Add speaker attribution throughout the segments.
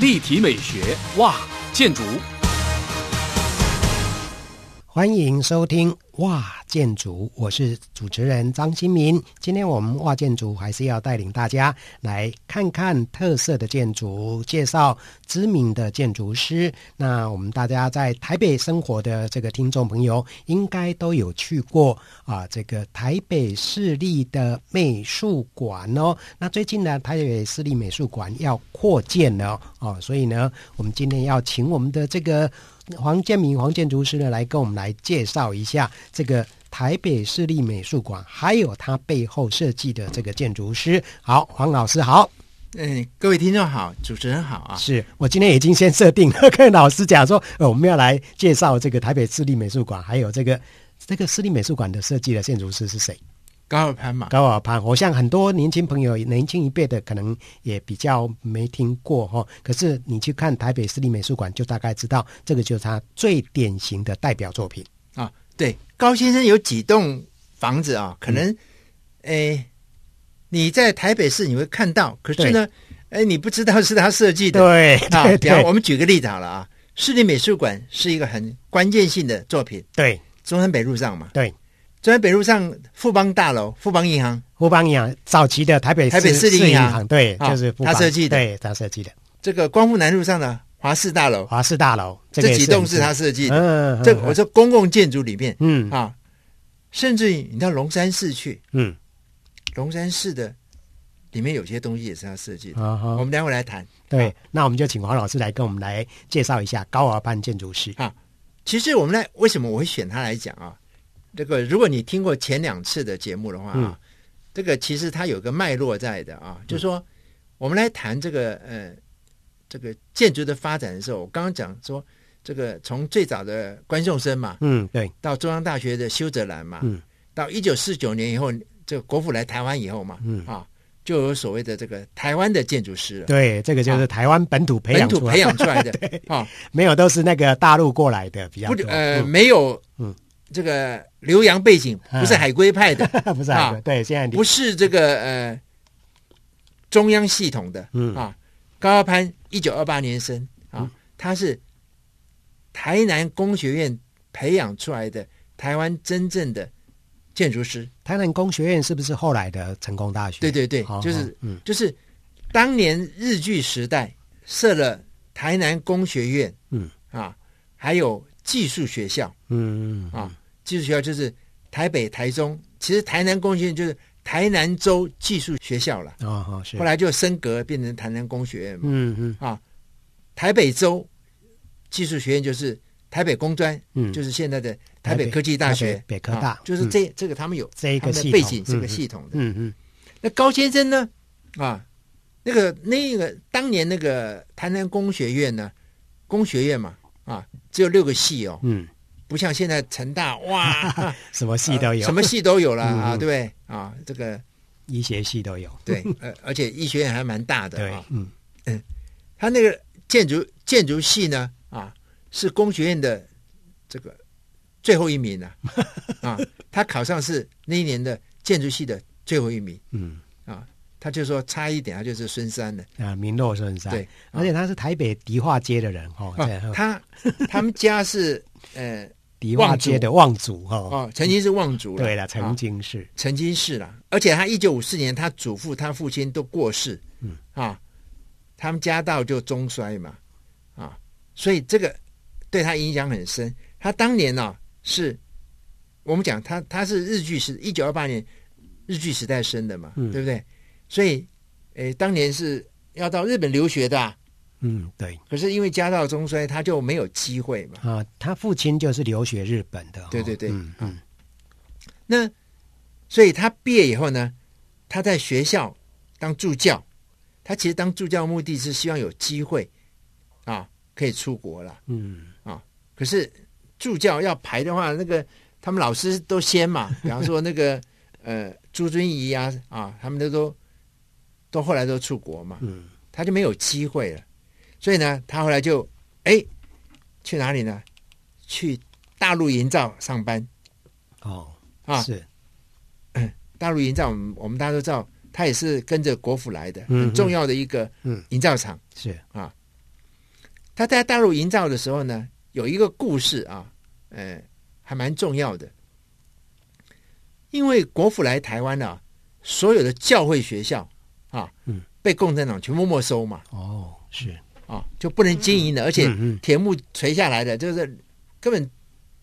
Speaker 1: 立体美学，哇，建筑
Speaker 2: 欢迎收听《哇建筑》，我是主持人张新民。今天我们哇建筑还是要带领大家来看看特色的建筑，介绍知名的建筑师。那我们大家在台北生活的这个听众朋友，应该都有去过啊，这个台北市立的美术馆哦。那最近呢，台北市立美术馆要扩建了哦，所以呢，我们今天要请我们的这个。黄建明黄建筑师呢，来跟我们来介绍一下这个台北市立美术馆，还有它背后设计的这个建筑师。好，黄老师好，
Speaker 3: 嗯，各位听众好，主持人好啊。
Speaker 2: 是我今天已经先设定了跟老师讲说，呃，我们要来介绍这个台北市立美术馆，还有这个这个市立美术馆的设计的建筑师是谁？
Speaker 3: 高尔潘嘛，
Speaker 2: 高尔潘，我像很多年轻朋友，年轻一辈的可能也比较没听过哈、哦。可是你去看台北市立美术馆，就大概知道这个就是他最典型的代表作品。
Speaker 3: 啊，对，高先生有几栋房子啊？可
Speaker 1: 嗯
Speaker 3: 能，诶、你在台北市你会看到，可是呢，哎，你不知道是他设计的。
Speaker 2: 对
Speaker 3: 啊，
Speaker 2: 对
Speaker 3: 比方
Speaker 2: 对
Speaker 3: 我们举个例子好了啊，市立美术馆是一个很关键性的作品，
Speaker 2: 对
Speaker 3: 中山北路上嘛，
Speaker 2: 对，
Speaker 3: 中山北路上富邦大楼、富邦银行，
Speaker 2: 富邦银行早期的台北
Speaker 3: 台北市立银行
Speaker 2: 银行，对，
Speaker 3: 啊
Speaker 2: 就是富邦
Speaker 3: 他设计的
Speaker 2: 对他设计的
Speaker 3: 这个光复南路上的华氏大楼，
Speaker 2: 华氏大楼，这个
Speaker 3: 这
Speaker 2: 也
Speaker 3: 几
Speaker 2: 很
Speaker 3: 栋是他设计的。
Speaker 2: 嗯，嗯
Speaker 3: 这个我说公共建筑里面
Speaker 2: 嗯
Speaker 3: 啊，甚至于你到龙山寺去，
Speaker 2: 嗯，
Speaker 3: 龙山寺的里面有些东西也是他设计的。
Speaker 2: 啊
Speaker 3: 我
Speaker 2: 哈，
Speaker 3: 们待会来谈。
Speaker 2: 对
Speaker 3: 啊，
Speaker 2: 那我们就请黄老师来跟我们来介绍一下高尔潘建筑师。
Speaker 3: 其实我们来，为什么我会选他来讲啊？这个如果你听过前两次的节目的话
Speaker 2: 嗯
Speaker 3: 啊，这个其实它有个脉络在的啊，就是说我们来谈这个呃这个建筑的发展的时候，我刚刚讲说这个从最早的关颂生嘛，
Speaker 2: 嗯，对，
Speaker 3: 到中央大学的修哲兰嘛，
Speaker 2: 嗯
Speaker 3: 到一九四九年以后，这个国府来台湾以后嘛，
Speaker 2: 嗯
Speaker 3: 啊，就有所谓的这个台湾的建筑师了，
Speaker 2: 对，这个就是台湾本土培
Speaker 3: 啊本
Speaker 2: 养
Speaker 3: 土
Speaker 2: 出来
Speaker 3: 培养出 来的啊，
Speaker 2: 没有，都是那个大陆过来的比较
Speaker 3: 不
Speaker 2: 多，
Speaker 3: 呃、
Speaker 2: 嗯
Speaker 3: 没有
Speaker 2: 嗯
Speaker 3: 这个留洋背景，不是海归派的，
Speaker 2: 嗯不是海
Speaker 3: 啊
Speaker 2: 归，对，现在你
Speaker 3: 不是这个呃中央系统的
Speaker 2: 嗯
Speaker 3: 啊。高耀潘一九二八年生啊，他是台南工学院培养出来的台湾真正的建筑师，
Speaker 2: 台南工学院是不是后来的成功大学？
Speaker 3: 对对对
Speaker 2: 好，
Speaker 3: 就
Speaker 2: 好
Speaker 3: 是
Speaker 2: 嗯
Speaker 3: 就是当年日据时代设了台南工学院，
Speaker 2: 嗯
Speaker 3: 啊，还有技术学校
Speaker 2: 嗯
Speaker 3: 啊，技术学校就是台北、台中，其实台南工学院就是台南州技术学校了，
Speaker 2: 哦好是
Speaker 3: 后来就升格变成台南工学院嘛，
Speaker 2: 嗯嗯
Speaker 3: 台北州技术学院就是台北工专，
Speaker 2: 嗯，
Speaker 3: 就是是现在的
Speaker 2: 台
Speaker 3: 台
Speaker 2: 北
Speaker 3: 北科技大学
Speaker 2: 台，北北科大嗯
Speaker 3: 啊就是这这个他们有
Speaker 2: 这一
Speaker 3: 他
Speaker 2: 个
Speaker 3: 们的
Speaker 2: 系
Speaker 3: 背
Speaker 2: 统
Speaker 3: 景是个
Speaker 2: 嗯
Speaker 3: 系统的，
Speaker 2: 嗯嗯
Speaker 3: 那高先生呢？啊，那个那个当年那个台南工学院呢，工学院嘛，啊，只有六个系哦，
Speaker 2: 嗯，
Speaker 3: 不像现在成大哇，
Speaker 2: 什么系都有，
Speaker 3: 呃什么系都有了
Speaker 2: 哎嗯
Speaker 3: 啊，
Speaker 2: 嗯
Speaker 3: 对不对？啊，这个
Speaker 2: 医学系都有，
Speaker 3: 对， 呃，而且医学院还蛮大的
Speaker 2: 对
Speaker 3: 啊。，
Speaker 2: 嗯
Speaker 3: 他那个建筑建筑系呢，啊，是工学院的这个最后一 名啊，啊，他考上是那一年的建筑系的最后一名，
Speaker 2: 嗯
Speaker 3: 他就说差一点，他就是孙山了。
Speaker 2: 啊，名落孙山，
Speaker 3: 对，
Speaker 2: 而且他是台北迪化街的人哦，这
Speaker 3: 啊，
Speaker 2: 样
Speaker 3: 他他们家是呃
Speaker 2: 迪化街的望族 哦，
Speaker 3: 哦，曾经是望族了，
Speaker 2: 对了，
Speaker 3: 啊
Speaker 2: 曾经是
Speaker 3: 曾经是啦，而且他一九五四年他祖父他父亲都过世，
Speaker 2: 嗯
Speaker 3: 啊，他们家道就中衰嘛，啊，所以这个对他影响很深。他当年呢、啊是，我们讲他他是日据时一九二八年日据时代生的嘛，
Speaker 2: 嗯
Speaker 3: 对不对？所以，诶，当年是要到日本留学的、啊，
Speaker 2: 嗯对
Speaker 3: 可是因为家道中衰，他就没有机会嘛。
Speaker 2: 啊，他父亲就是留学日本的哦，
Speaker 3: 对对对
Speaker 2: 嗯嗯
Speaker 3: 那所以他毕业以后呢，他在学校当助教，他其实当助教的目的是希望有机会啊可以出国了。
Speaker 2: 嗯
Speaker 3: 可是助教要排的话，那个他们老师都先嘛，比方说那个呃朱尊仪啊啊，他们都都都后来都出国嘛，
Speaker 2: 嗯
Speaker 3: 他就没有机会了。所以呢，他后来就哎去哪里呢？去大陆营造上班
Speaker 2: 哦
Speaker 3: 啊，
Speaker 2: 是
Speaker 3: 大陆营造，我们我们大家都知道，它也是跟着国府来的，
Speaker 2: 嗯
Speaker 3: 很重要的一个
Speaker 2: 嗯
Speaker 3: 营造厂。
Speaker 2: 是
Speaker 3: 他在大陆营造的时候呢，有一个故事啊，呃，还蛮重要的。因为国府来台湾啊，所有的教会学校啊，
Speaker 2: 嗯
Speaker 3: 被共产党全部没收嘛，
Speaker 2: 哦，是，
Speaker 3: 啊，就不能经营的，而且
Speaker 2: 嗯
Speaker 3: 铁幕垂下来的，就是根本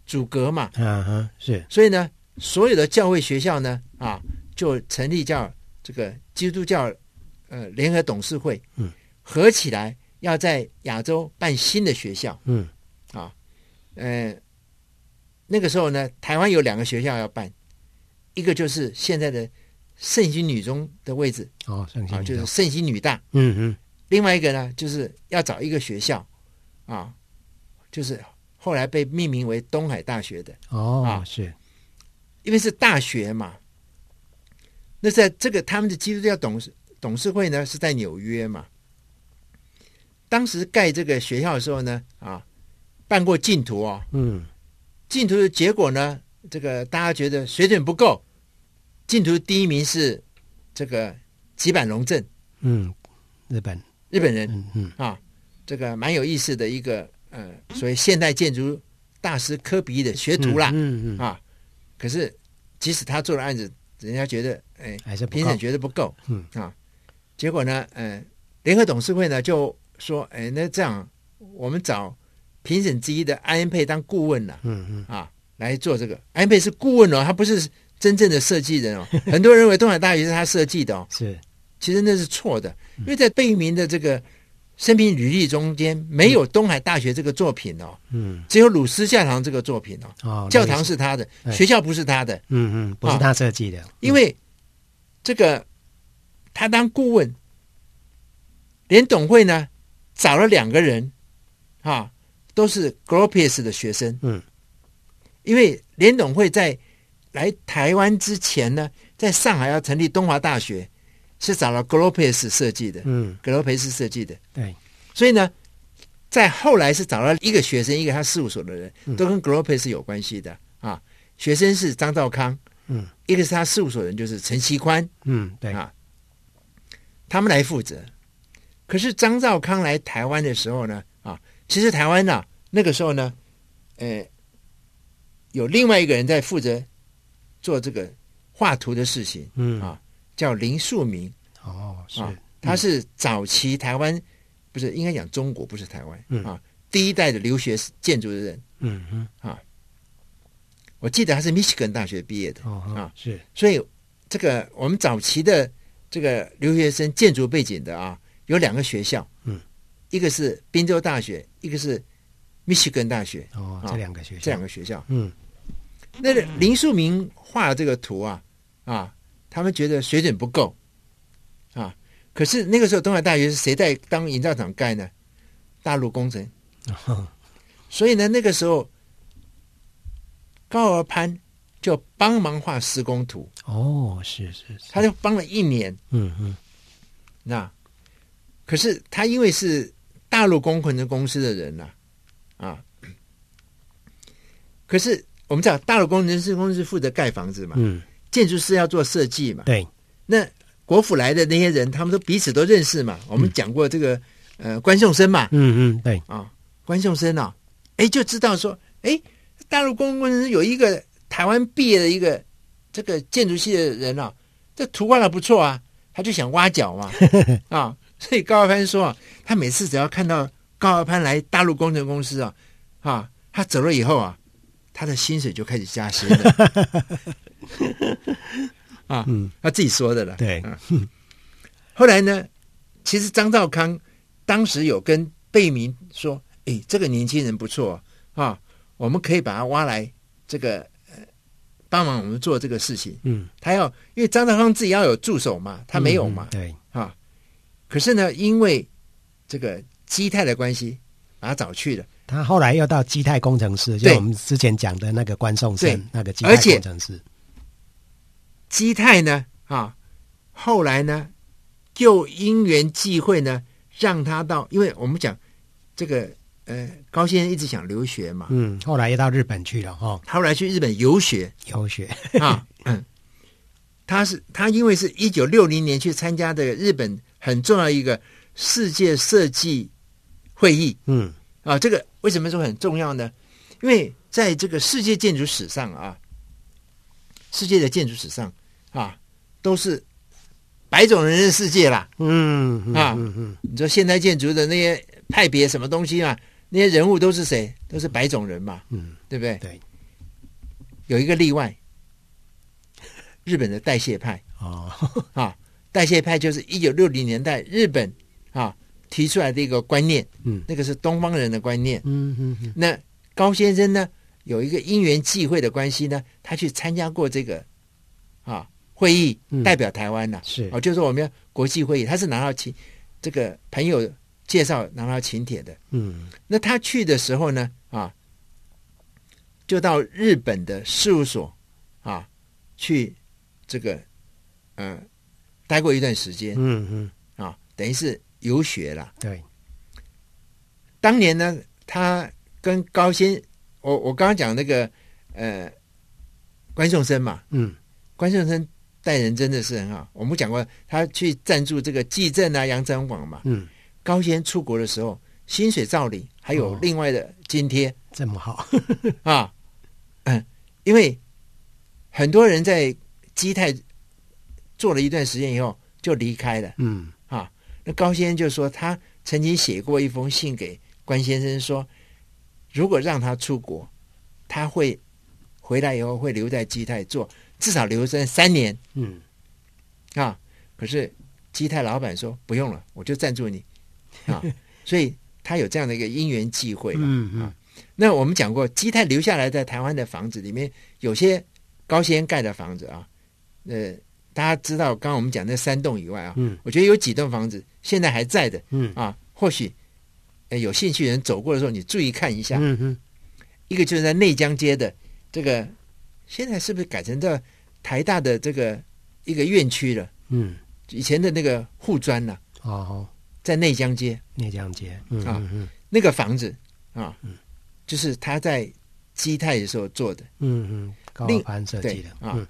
Speaker 3: 阻隔嘛。
Speaker 2: 嗯，啊哈，是，
Speaker 3: 所以呢，所有的教会学校呢，啊，就成立叫这个基督教呃联合董事会，
Speaker 2: 嗯，
Speaker 3: 合起来要在亚洲办新的学校。
Speaker 2: 嗯
Speaker 3: 呃，那个时候呢，台湾有两个学校要办，一个就是现在的圣心女中的位置
Speaker 2: 哦，上星
Speaker 3: 啊，
Speaker 2: 期
Speaker 3: 就
Speaker 2: 六
Speaker 3: 是，圣心女大；
Speaker 2: 嗯嗯，
Speaker 3: 另外一个呢，就是要找一个学校啊，就是后来被命名为东海大学的。
Speaker 2: 哦
Speaker 3: 啊，
Speaker 2: 是，
Speaker 3: 因为是大学嘛。那在这个他们的基督教董事董事会呢是在纽约嘛。当时盖这个学校的时候呢，啊，办过竞图哦，
Speaker 2: 嗯
Speaker 3: 竞图的结果呢，这个大家觉得水准不够，竞图第一名是这个吉坂隆正，
Speaker 2: 嗯，日本，
Speaker 3: 日本人
Speaker 2: 嗯嗯
Speaker 3: 啊，这个蛮有意思的一个呃，所谓现代建筑大师科比的学徒啦、
Speaker 2: 嗯嗯嗯，
Speaker 3: 啊。可是即使他做了案子，人家觉得哎，
Speaker 2: 还是不
Speaker 3: 评
Speaker 2: 够
Speaker 3: 审，觉得不够，
Speaker 2: 嗯
Speaker 3: 啊，结果呢，呃，联合董事会呢就说，哎，那这样我们找评审之一的安佩当顾问了
Speaker 2: 嗯嗯，
Speaker 3: 啊，来做这个。安佩是顾问哦，他不是真正的设计 人哦。很多人认为东海大学是他设计的哦，
Speaker 2: 是，
Speaker 3: 其实那是错的，
Speaker 2: 嗯
Speaker 3: 因为在贝聿铭的这个生平履历中间没有东海大学这个作品哦，
Speaker 2: 嗯
Speaker 3: 只有鲁斯教堂这个作品哦，
Speaker 2: 哦，
Speaker 3: 教堂
Speaker 2: 那个，
Speaker 3: 是他的，
Speaker 2: 哎
Speaker 3: 学校不是他的。
Speaker 2: 嗯嗯，不是他设计的，
Speaker 3: 因为这个他当顾问，联董会呢找了两个人，啊，都是 Gropius 的学生。
Speaker 2: 嗯，
Speaker 3: 因为联董会在来台湾之前呢，在上海要成立东华大学，是找了 Gropius 设计的，
Speaker 2: 嗯，
Speaker 3: 格罗培斯设计的。
Speaker 2: 对，
Speaker 3: 所以呢，在后来是找到一个学生，一个他事务所的人，
Speaker 2: 嗯
Speaker 3: 都跟 Glopez 有关系的啊。学生是张兆康，
Speaker 2: 嗯，
Speaker 3: 一个是他事务所的人，就是陈其宽，
Speaker 2: 嗯对，
Speaker 3: 啊他们来负责。可是张兆康来台湾的时候呢，啊，其实台湾呢、那个时候呢，呃，有另外一个人在负责做这个画图的事情，
Speaker 2: 嗯
Speaker 3: 啊叫林树明。
Speaker 2: 哦是，
Speaker 3: 啊他是早期台湾，不是应该讲中国，不是台湾、
Speaker 2: 嗯
Speaker 3: 啊，第一代的留学建筑的人。
Speaker 2: 嗯嗯，
Speaker 3: 我记得他是密歇根大学毕业的，
Speaker 2: 哦
Speaker 3: 啊
Speaker 2: 是，
Speaker 3: 所以这个我们早期的这个留学生建筑背景的啊，有两个学校，
Speaker 2: 嗯，
Speaker 3: 一个是宾州大学，一个是密歇根大学，
Speaker 2: 哦
Speaker 3: 啊
Speaker 2: 这两个学校，
Speaker 3: 这两个学校。
Speaker 2: 嗯
Speaker 3: 那个林树明画这个图啊啊，他们觉得水准不够啊。可是那个时候东海大学是谁在当营造厂盖呢？大陆工程。所以呢，那个时候高而潘就帮忙画施工图，
Speaker 2: 哦是是是，
Speaker 3: 他就帮了一年。
Speaker 2: 嗯嗯
Speaker 3: 那可是他因为是大陆工程公司的人呐、啊，可是我们知道大陆工程师公司负责盖房子嘛，
Speaker 2: 嗯
Speaker 3: 建筑师要做设计嘛，
Speaker 2: 对，
Speaker 3: 那国府来的那些人，他们都彼此都认识嘛。我们讲过这个呃关颂生嘛，
Speaker 2: 嗯嗯对，
Speaker 3: 啊，关颂生啊，哎就知道说，哎，大陆公共有一个台湾毕业的一个这个建筑系的人啊，这图画的不错啊，他就想挖角嘛，啊，所以高尔潘说啊，他每次只要看到高尔潘来大陆工程公司啊，啊，他走了以后啊，他的薪水就开始加薪了。啊，他自己说的了。
Speaker 2: 对
Speaker 3: 啊后来呢，其实张兆康当时有跟贝明说：“诶，这个年轻人不错啊，我们可以把他挖来这个呃帮忙我们做这个事情。”
Speaker 2: 嗯，
Speaker 3: 他要因为张兆康自己要有助手嘛，他没有嘛
Speaker 2: 嗯，对，
Speaker 3: 啊。可是呢，因为这个基泰的关系，把他找去了，
Speaker 2: 他后来又到基泰工程师，就
Speaker 3: 对
Speaker 2: 我们之前讲的那个关颂
Speaker 3: 对
Speaker 2: 生那个基
Speaker 3: 而
Speaker 2: 泰
Speaker 3: 且
Speaker 2: 工程师，
Speaker 3: 基泰呢啊，后来呢又因缘际会呢，让他到，因为我们讲这个呃高先生一直想留学嘛，
Speaker 2: 嗯，后来又到日本去了哈、
Speaker 3: 他后来去日本游学
Speaker 2: 游学，
Speaker 3: 啊，嗯，他是他因为是一九六零年去参加的日本很重要一个世界设计会议
Speaker 2: 嗯
Speaker 3: 啊，这个为什么说很重要呢？因为在这个世界建筑史上啊，世界的建筑史上啊，都是百种人的世界啦。
Speaker 2: 嗯嗯
Speaker 3: 啊
Speaker 2: 嗯嗯
Speaker 3: 你说现代建筑的那些派别什么东西啊，那些人物都是谁？都是百种人嘛，
Speaker 2: 嗯，
Speaker 3: 对不对？
Speaker 2: 对。
Speaker 3: 有一个例外，日本的代谢派
Speaker 2: 哦，
Speaker 3: 啊，代谢派就是一九六零年代日本啊提出来的一个观念，
Speaker 2: 嗯
Speaker 3: 那个是东方人的观念。
Speaker 2: 嗯嗯嗯，
Speaker 3: 那高先生呢，有一个因缘际会的关系呢，他去参加过这个啊会议
Speaker 2: 嗯，
Speaker 3: 代表台湾呐、
Speaker 2: 是
Speaker 3: 哦，就是我们要国际会议，他是拿到请这个朋友介绍拿到请帖的。
Speaker 2: 嗯
Speaker 3: 那他去的时候呢，啊，就到日本的事务所啊去这个嗯、呃待过一段时间
Speaker 2: 嗯嗯，
Speaker 3: 啊，等于是游学啦。
Speaker 2: 对，
Speaker 3: 当年呢，他跟高先，我我刚刚讲那个呃关颂生嘛，
Speaker 2: 嗯
Speaker 3: 关颂生待人真的是很好。我们讲过，他去赞助这个纪政啊、杨振广嘛。
Speaker 2: 嗯，
Speaker 3: 高先出国的时候，薪水照领，还有
Speaker 2: 哦
Speaker 3: 另外的津贴、
Speaker 2: 这么好，
Speaker 3: 啊。嗯，因为很多人在基泰做了一段时间以后就离开了。
Speaker 2: 嗯
Speaker 3: 啊，那高先生就说他曾经写过一封信给关先生说，如果让他出国，他会回来以后会留在基泰做，至少留在三年
Speaker 2: 嗯，
Speaker 3: 啊。可是基泰老板说不用了，我就赞助你啊，所以他有这样的一个因缘际会。
Speaker 2: 嗯嗯
Speaker 3: 那我们讲过，基泰留下来在台湾的房子里面，有些高先生盖的房子啊，呃，大家知道，刚刚我们讲那三栋以外啊，
Speaker 2: 嗯
Speaker 3: 我觉得有几栋房子现在还在的，
Speaker 2: 嗯
Speaker 3: 啊，或许呃有兴趣的人走过的时候，你注意看一下。
Speaker 2: 嗯嗯，
Speaker 3: 一个就是在内江街的这个，现在是不是改成这台大的这个一个院区了？
Speaker 2: 嗯，
Speaker 3: 以前的那个护专呐、
Speaker 2: 哦，
Speaker 3: 在内江街
Speaker 2: 那这样接，嗯嗯
Speaker 3: 那个房子啊，就是他在基泰的时候做的，
Speaker 2: 嗯嗯，高尔潘设计的，嗯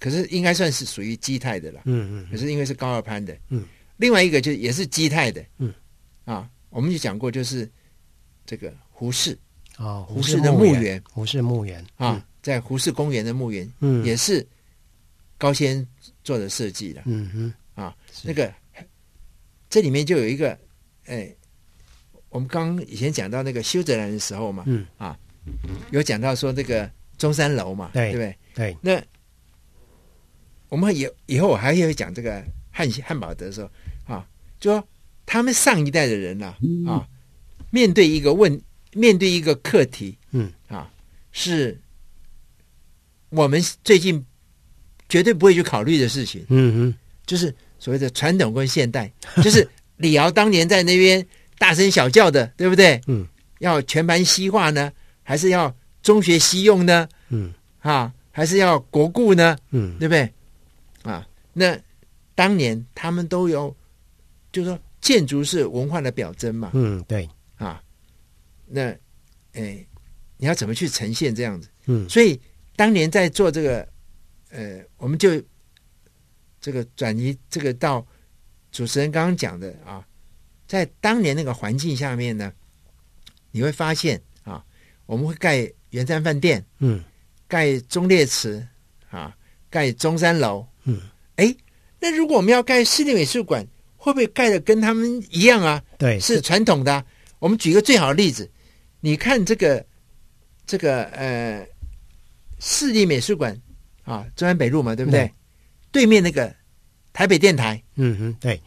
Speaker 3: 可是应该算是属于基泰的啦。
Speaker 2: 嗯
Speaker 3: 可
Speaker 2: 嗯
Speaker 3: 是因为是高二攀的，
Speaker 2: 嗯，
Speaker 3: 另外一个就是也是基泰的，
Speaker 2: 嗯，
Speaker 3: 啊，我们就讲过就是这个胡适
Speaker 2: 哦，
Speaker 3: 胡适的墓园
Speaker 2: 胡适墓园
Speaker 3: 啊，，在胡适公园的墓园
Speaker 2: 嗯，
Speaker 3: 也是高先做的设计的。
Speaker 2: 嗯嗯是
Speaker 3: 那个这里面就有一个，哎，我们刚以前讲到那个修泽兰的时候嘛，
Speaker 2: 嗯
Speaker 3: 啊，有讲到说那个中山楼嘛，
Speaker 2: 对
Speaker 3: 不对？
Speaker 2: 对，
Speaker 3: 那我们以以后我还会讲这个汉汉堡德的时候啊，就说他们上一代的人呐啊
Speaker 2: 嗯
Speaker 3: 面对一个问，面对一个课题，
Speaker 2: 嗯
Speaker 3: 啊，是我们最近绝对不会去考虑的事情。
Speaker 2: 嗯嗯
Speaker 3: 就是所谓的传统跟 现代，就是李敖当年在那边大声小叫的，对不对？
Speaker 2: 嗯，
Speaker 3: 要全盘西化呢，还是要中学西用呢？
Speaker 2: 嗯
Speaker 3: 啊，还是要国故呢？
Speaker 2: 嗯
Speaker 3: 对不对？啊，那当年他们都有，就是说建筑是文化的表征嘛，
Speaker 2: 嗯，对，
Speaker 3: 啊，那，哎，你要怎么去呈现这样子？
Speaker 2: 嗯
Speaker 3: 所以当年在做这个，呃，我们就这个转移这个到主持人刚刚讲的啊，在当年那个环境下面呢，你会发现啊，我们会盖圆山饭店，
Speaker 2: 嗯
Speaker 3: 盖中烈祠啊，盖中山楼，
Speaker 2: 嗯，
Speaker 3: 哎，那如果我们要盖室内美术馆，会不会盖的跟他们一样啊？
Speaker 2: 对，
Speaker 3: 是传统的啊、我们举一个最好的例子，你看这个这个呃，市立美术馆啊，中山北路嘛，对不对？
Speaker 2: 嗯
Speaker 3: 对面那个台北电台，
Speaker 2: 嗯嗯对，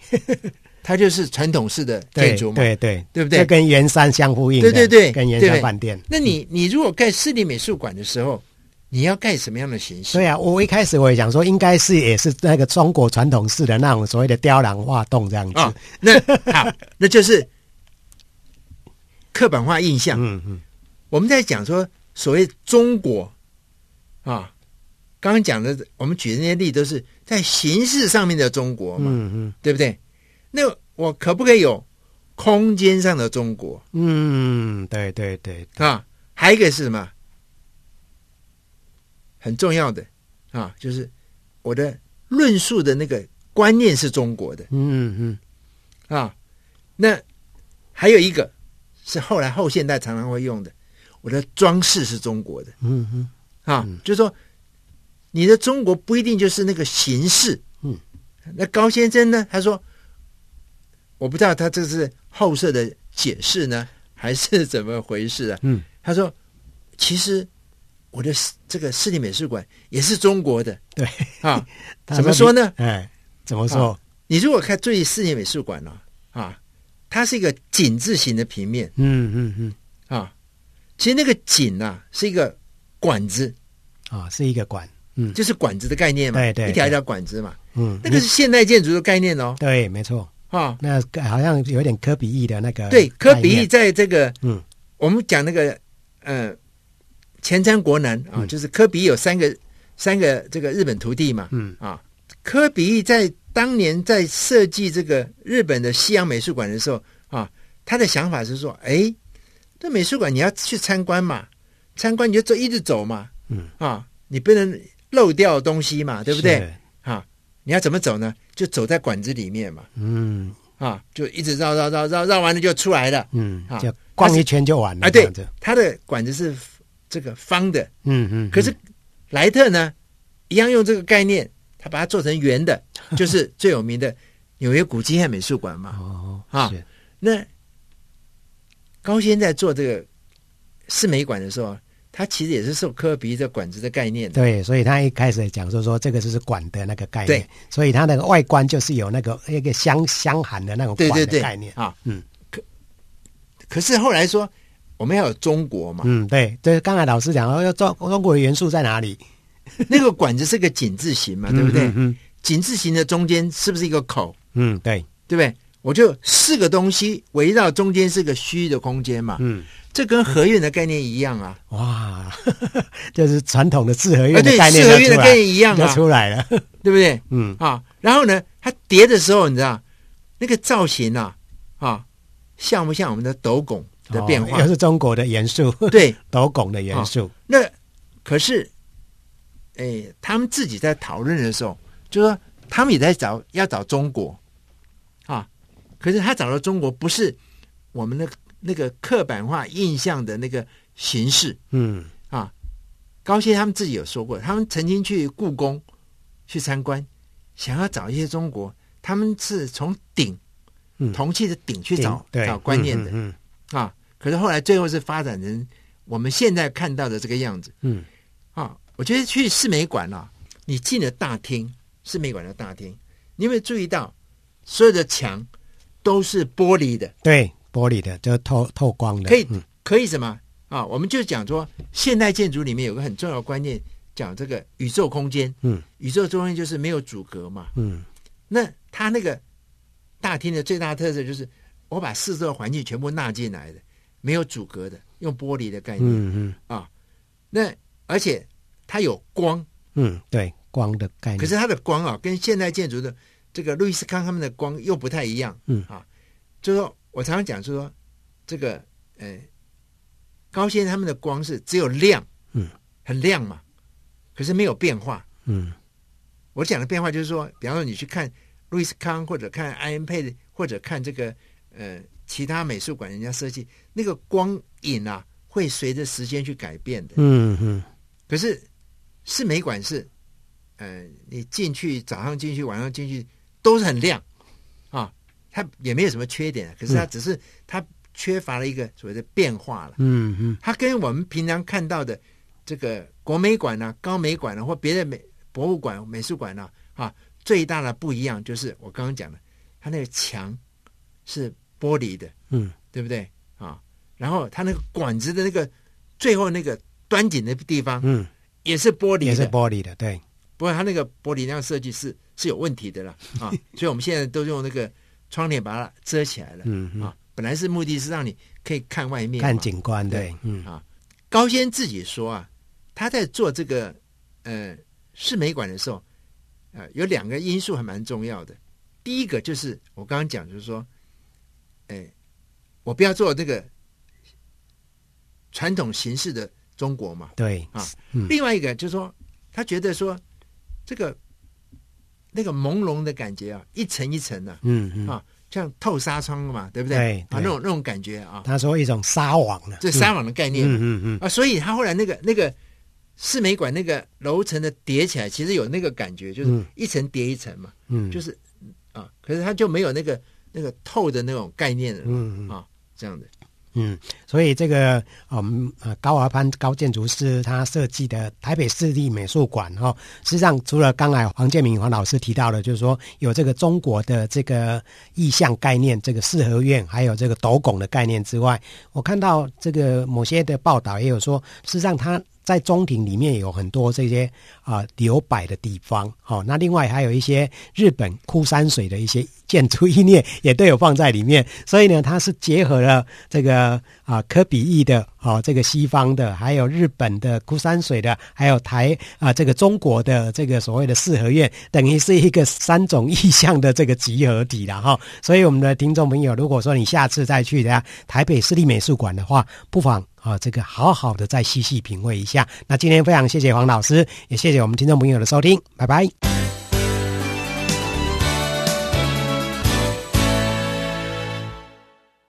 Speaker 3: 它就是传统式的
Speaker 2: 对
Speaker 3: 建筑嘛。
Speaker 2: 对对
Speaker 3: 对不对
Speaker 2: 这跟圆山相呼应的，
Speaker 3: 对对对
Speaker 2: 跟圆
Speaker 3: 对
Speaker 2: 山
Speaker 3: 不对
Speaker 2: 饭店。
Speaker 3: 那你你如果盖市立美术馆的时候，你要盖什么样的形式？
Speaker 2: 对啊，我一开始我也想说，应该是也是那个中国传统式的那种所谓的雕栏画栋这样子。
Speaker 3: 啊、那 好，那就是刻板化印象。
Speaker 2: 嗯嗯
Speaker 3: 我们在讲说所谓中国啊，刚刚讲的，我们举的那些例都是在形式上面的中国嘛，
Speaker 2: 嗯
Speaker 3: 对不对？那我可不可以有空间上的中国
Speaker 2: 嗯嗯，对对对，
Speaker 3: 啊？还有一个是什么？很重要的啊，就是我的论述的那个观念是中国的
Speaker 2: 嗯嗯
Speaker 3: 啊。那还有一个是后来后现代常常会用的。我的装饰是中国的
Speaker 2: 嗯嗯
Speaker 3: 啊，就是说你的中国不一定就是那个形式。
Speaker 2: 嗯，
Speaker 3: 那高先生呢？他说，我不知道他这是后设的解释呢，还是怎么回事啊？
Speaker 2: 嗯，
Speaker 3: 他说，其实我的这个市立美术馆也是中国的
Speaker 2: 对，。
Speaker 3: 啊
Speaker 2: 他
Speaker 3: 怎么说
Speaker 2: 比
Speaker 3: 呢？啊
Speaker 2: 哎，怎么说？
Speaker 3: 你如果看注意市立美术馆呢、啊，它是一个井字形的平面
Speaker 2: 嗯嗯嗯，
Speaker 3: 啊，其实那个井啊是一个管子，
Speaker 2: 啊，是一个馆，嗯
Speaker 3: 就是管子的概念嘛，
Speaker 2: 对对
Speaker 3: 一条一条管子嘛，
Speaker 2: 嗯，
Speaker 3: 那个是现代建筑的概念哦，
Speaker 2: 对，没错，
Speaker 3: 啊，
Speaker 2: 那好像有点科比意的那个
Speaker 3: 对，科比
Speaker 2: 哎概
Speaker 3: 意
Speaker 2: 念
Speaker 3: 在这个
Speaker 2: 嗯
Speaker 3: 我们讲那个呃前瞻国南啊，
Speaker 2: 嗯
Speaker 3: 就是科比有三个三个这个日本徒弟嘛，
Speaker 2: 嗯
Speaker 3: 啊，科比意在当年在设计这个日本的西洋美术馆的时候啊，他的想法是说，哎，这美术馆你要去参观嘛，参观你就走一直走嘛，
Speaker 2: 嗯
Speaker 3: 啊，你不能漏掉东西嘛，对不对？
Speaker 2: 是
Speaker 3: 啊，你要怎么走呢？就走在馆子里面嘛，
Speaker 2: 嗯
Speaker 3: 啊，就一直绕绕绕绕绕完了就出来了。
Speaker 2: 嗯
Speaker 3: 啊，
Speaker 2: 就逛一圈就完了
Speaker 3: 啊，对
Speaker 2: 这样子，
Speaker 3: 它的管子是这个方的，
Speaker 2: 嗯嗯，
Speaker 3: 可是
Speaker 2: 嗯
Speaker 3: 莱特呢，一样用这个概念，他把它做成 圆的，就是最有名的纽约古迹和美术馆嘛。
Speaker 2: 哦
Speaker 3: 啊
Speaker 2: 是
Speaker 3: 那高先在做这个四美馆的时候，他其实也是受科比这管子的概念的。
Speaker 2: 对，所以他一开始讲说说这个就是管的那个概念
Speaker 3: 对，
Speaker 2: 所以它的外观就是有那个一个相相含的那种
Speaker 3: 对
Speaker 2: 管
Speaker 3: 对
Speaker 2: 的
Speaker 3: 对，
Speaker 2: 概念，
Speaker 3: 啊，
Speaker 2: 嗯
Speaker 3: 可是后来说我们要有中国嘛，
Speaker 2: 嗯，对，对，刚才老师讲哦要中中国的元素在哪里，
Speaker 3: 那个管子是个井字形嘛，对不对
Speaker 2: 嗯？嗯
Speaker 3: 井字形的中间是不是一个口？
Speaker 2: 嗯，嗯对，
Speaker 3: 对不对？我就四个东西围绕中间是个虚的空间嘛，
Speaker 2: 嗯，
Speaker 3: 这跟合院的概念一样啊，
Speaker 2: 哇， 就是传统的四合
Speaker 3: 啊
Speaker 2: 院的
Speaker 3: 对，
Speaker 2: 概念
Speaker 3: 四合院
Speaker 2: 就
Speaker 3: 的
Speaker 2: 出来
Speaker 3: 概念一样
Speaker 2: 就
Speaker 3: 啊，
Speaker 2: 出来 了，
Speaker 3: 对不对？
Speaker 2: 嗯
Speaker 3: 啊，然后呢，它叠的时候，你知道那个造型啊，啊，像不像我们的斗拱的变
Speaker 2: 哦
Speaker 3: 化？
Speaker 2: 又是中国的元素，
Speaker 3: 对，哦
Speaker 2: 斗拱的元素，
Speaker 3: 那可是，哎，他们自己在讨论的时候，就说他们也在找要找中国啊，可是他找到中国不是我们那个那个刻板化印象的那个形式。
Speaker 2: 嗯
Speaker 3: 啊高先他们自己有说过，他们曾经去故宫去参观，想要找一些中国，他们是从鼎
Speaker 2: 嗯，
Speaker 3: 铜器的鼎去找
Speaker 2: 对
Speaker 3: 找观念的、
Speaker 2: 嗯
Speaker 3: 啊。可是后来最后是发展成我们现在看到的这个样子。
Speaker 2: 嗯
Speaker 3: 啊，我觉得去市美馆啊，你进了大厅，市美馆的大厅，你有没有注意到所有的墙都是玻璃的，
Speaker 2: 对，玻璃的，就透透光的，
Speaker 3: 可以
Speaker 2: 嗯
Speaker 3: 可以什么啊？我们就讲说，现代建筑里面有个很重要的观念，讲这个宇宙空间。
Speaker 2: 嗯，
Speaker 3: 宇宙空间就是没有阻隔嘛。
Speaker 2: 嗯
Speaker 3: 那它那个大厅的最大特色就是，我把四周的环境全部纳进来的，没有阻隔的，用玻璃的概念。啊
Speaker 2: 嗯嗯
Speaker 3: 那而且它有光，
Speaker 2: 嗯，对，光的概念，
Speaker 3: 可是它的光啊，跟现代建筑的这个路易斯康他们的光又不太一样。
Speaker 2: 嗯
Speaker 3: 啊，就说我常常讲，就说这个呃，高先他们的光是只有亮，
Speaker 2: 嗯，
Speaker 3: 很亮嘛，可是没有变化。
Speaker 2: 嗯
Speaker 3: 我讲的变化就是说，比方说你去看路易斯康，或者看埃恩佩，或者看这个呃其他美术馆人家设计，那个光影啊，会随着时间去改变的。
Speaker 2: 嗯嗯
Speaker 3: 可是是美馆是，呃，你进去早上进去，晚上进去都是很亮啊，它也没有什么缺点，啊可是它只是它缺乏了一个所谓的变化了。
Speaker 2: 嗯嗯
Speaker 3: 它跟我们平常看到的这个国美馆啊、高美馆啊或别的美博物馆、美术馆啊，啊，最大的不一样就是我刚刚讲的，它那个墙是玻璃的，
Speaker 2: 嗯
Speaker 3: 对不对啊？然后它那个管子的那个最后那个端紧的地方
Speaker 2: 嗯，
Speaker 3: 也是玻璃
Speaker 2: 也是
Speaker 3: 的，
Speaker 2: 玻璃的，对，
Speaker 3: 不过它那个玻璃那样设计是是有问题的啦 啊，所以我们现在都用那个窗帘把它遮起来了
Speaker 2: 嗯嗯，
Speaker 3: 啊。本来是目的是让你可以看外面嘛，
Speaker 2: 看景观，对
Speaker 3: 对，
Speaker 2: 嗯
Speaker 3: 高先自己说啊，他在做这个呃市美馆的时候，呃，有两个因素还蛮重要的。第一个就是我刚刚讲，就是说，哎，我不要做这个传统形式的中国嘛。
Speaker 2: 对，
Speaker 3: 啊
Speaker 2: 嗯
Speaker 3: 另外一个就是说，他觉得说这个那个朦胧的感觉啊，一层一层的、啊，
Speaker 2: 嗯嗯
Speaker 3: 啊像透纱窗的嘛，对不
Speaker 2: 对
Speaker 3: 对？啊，
Speaker 2: 对
Speaker 3: 那种那种感觉啊，
Speaker 2: 他说一种纱网呢、
Speaker 3: 这纱网的
Speaker 2: Ừ.
Speaker 3: 概念嘛
Speaker 2: 嗯嗯嗯，
Speaker 3: 啊，所以他后来那个那个四美馆那个楼层的叠起来，其实有那个感觉，就是
Speaker 2: 嗯
Speaker 3: 一层叠一层嘛，
Speaker 2: 嗯，
Speaker 3: 就是是啊，可是他就没有那个那个透的那种概念了
Speaker 2: 嗯嗯
Speaker 3: 啊，这样的。
Speaker 2: 嗯，所以这个嗯呃高华潘高建筑师他设计的台北市立美术馆哈、哦，实际上除了刚才黄建明黄老师提到的，就是说有这个中国的这个意象概念，这个四合院，还有这个斗拱的概念之外，我看到这个某些的报道也有说，事实上它在中庭里面有很多这些啊、留摆的地方。好、那另外还有一些日本枯山水的一些建筑意念也都有放在里面。 所以呢，它是结合了这个啊、科比意的，哦，这个西方的，还有日本的枯山水的，还有台啊、这个中国的这个所谓的四合院，等于是一个三种意象的这个集合体了哈、所以我们的听众朋友，如果说你下次再去的台北市立美术馆的话，不妨啊，这个好好的再细细品味一下。那今天非常谢谢黄老师，也谢谢我们听众朋友的收听，拜拜。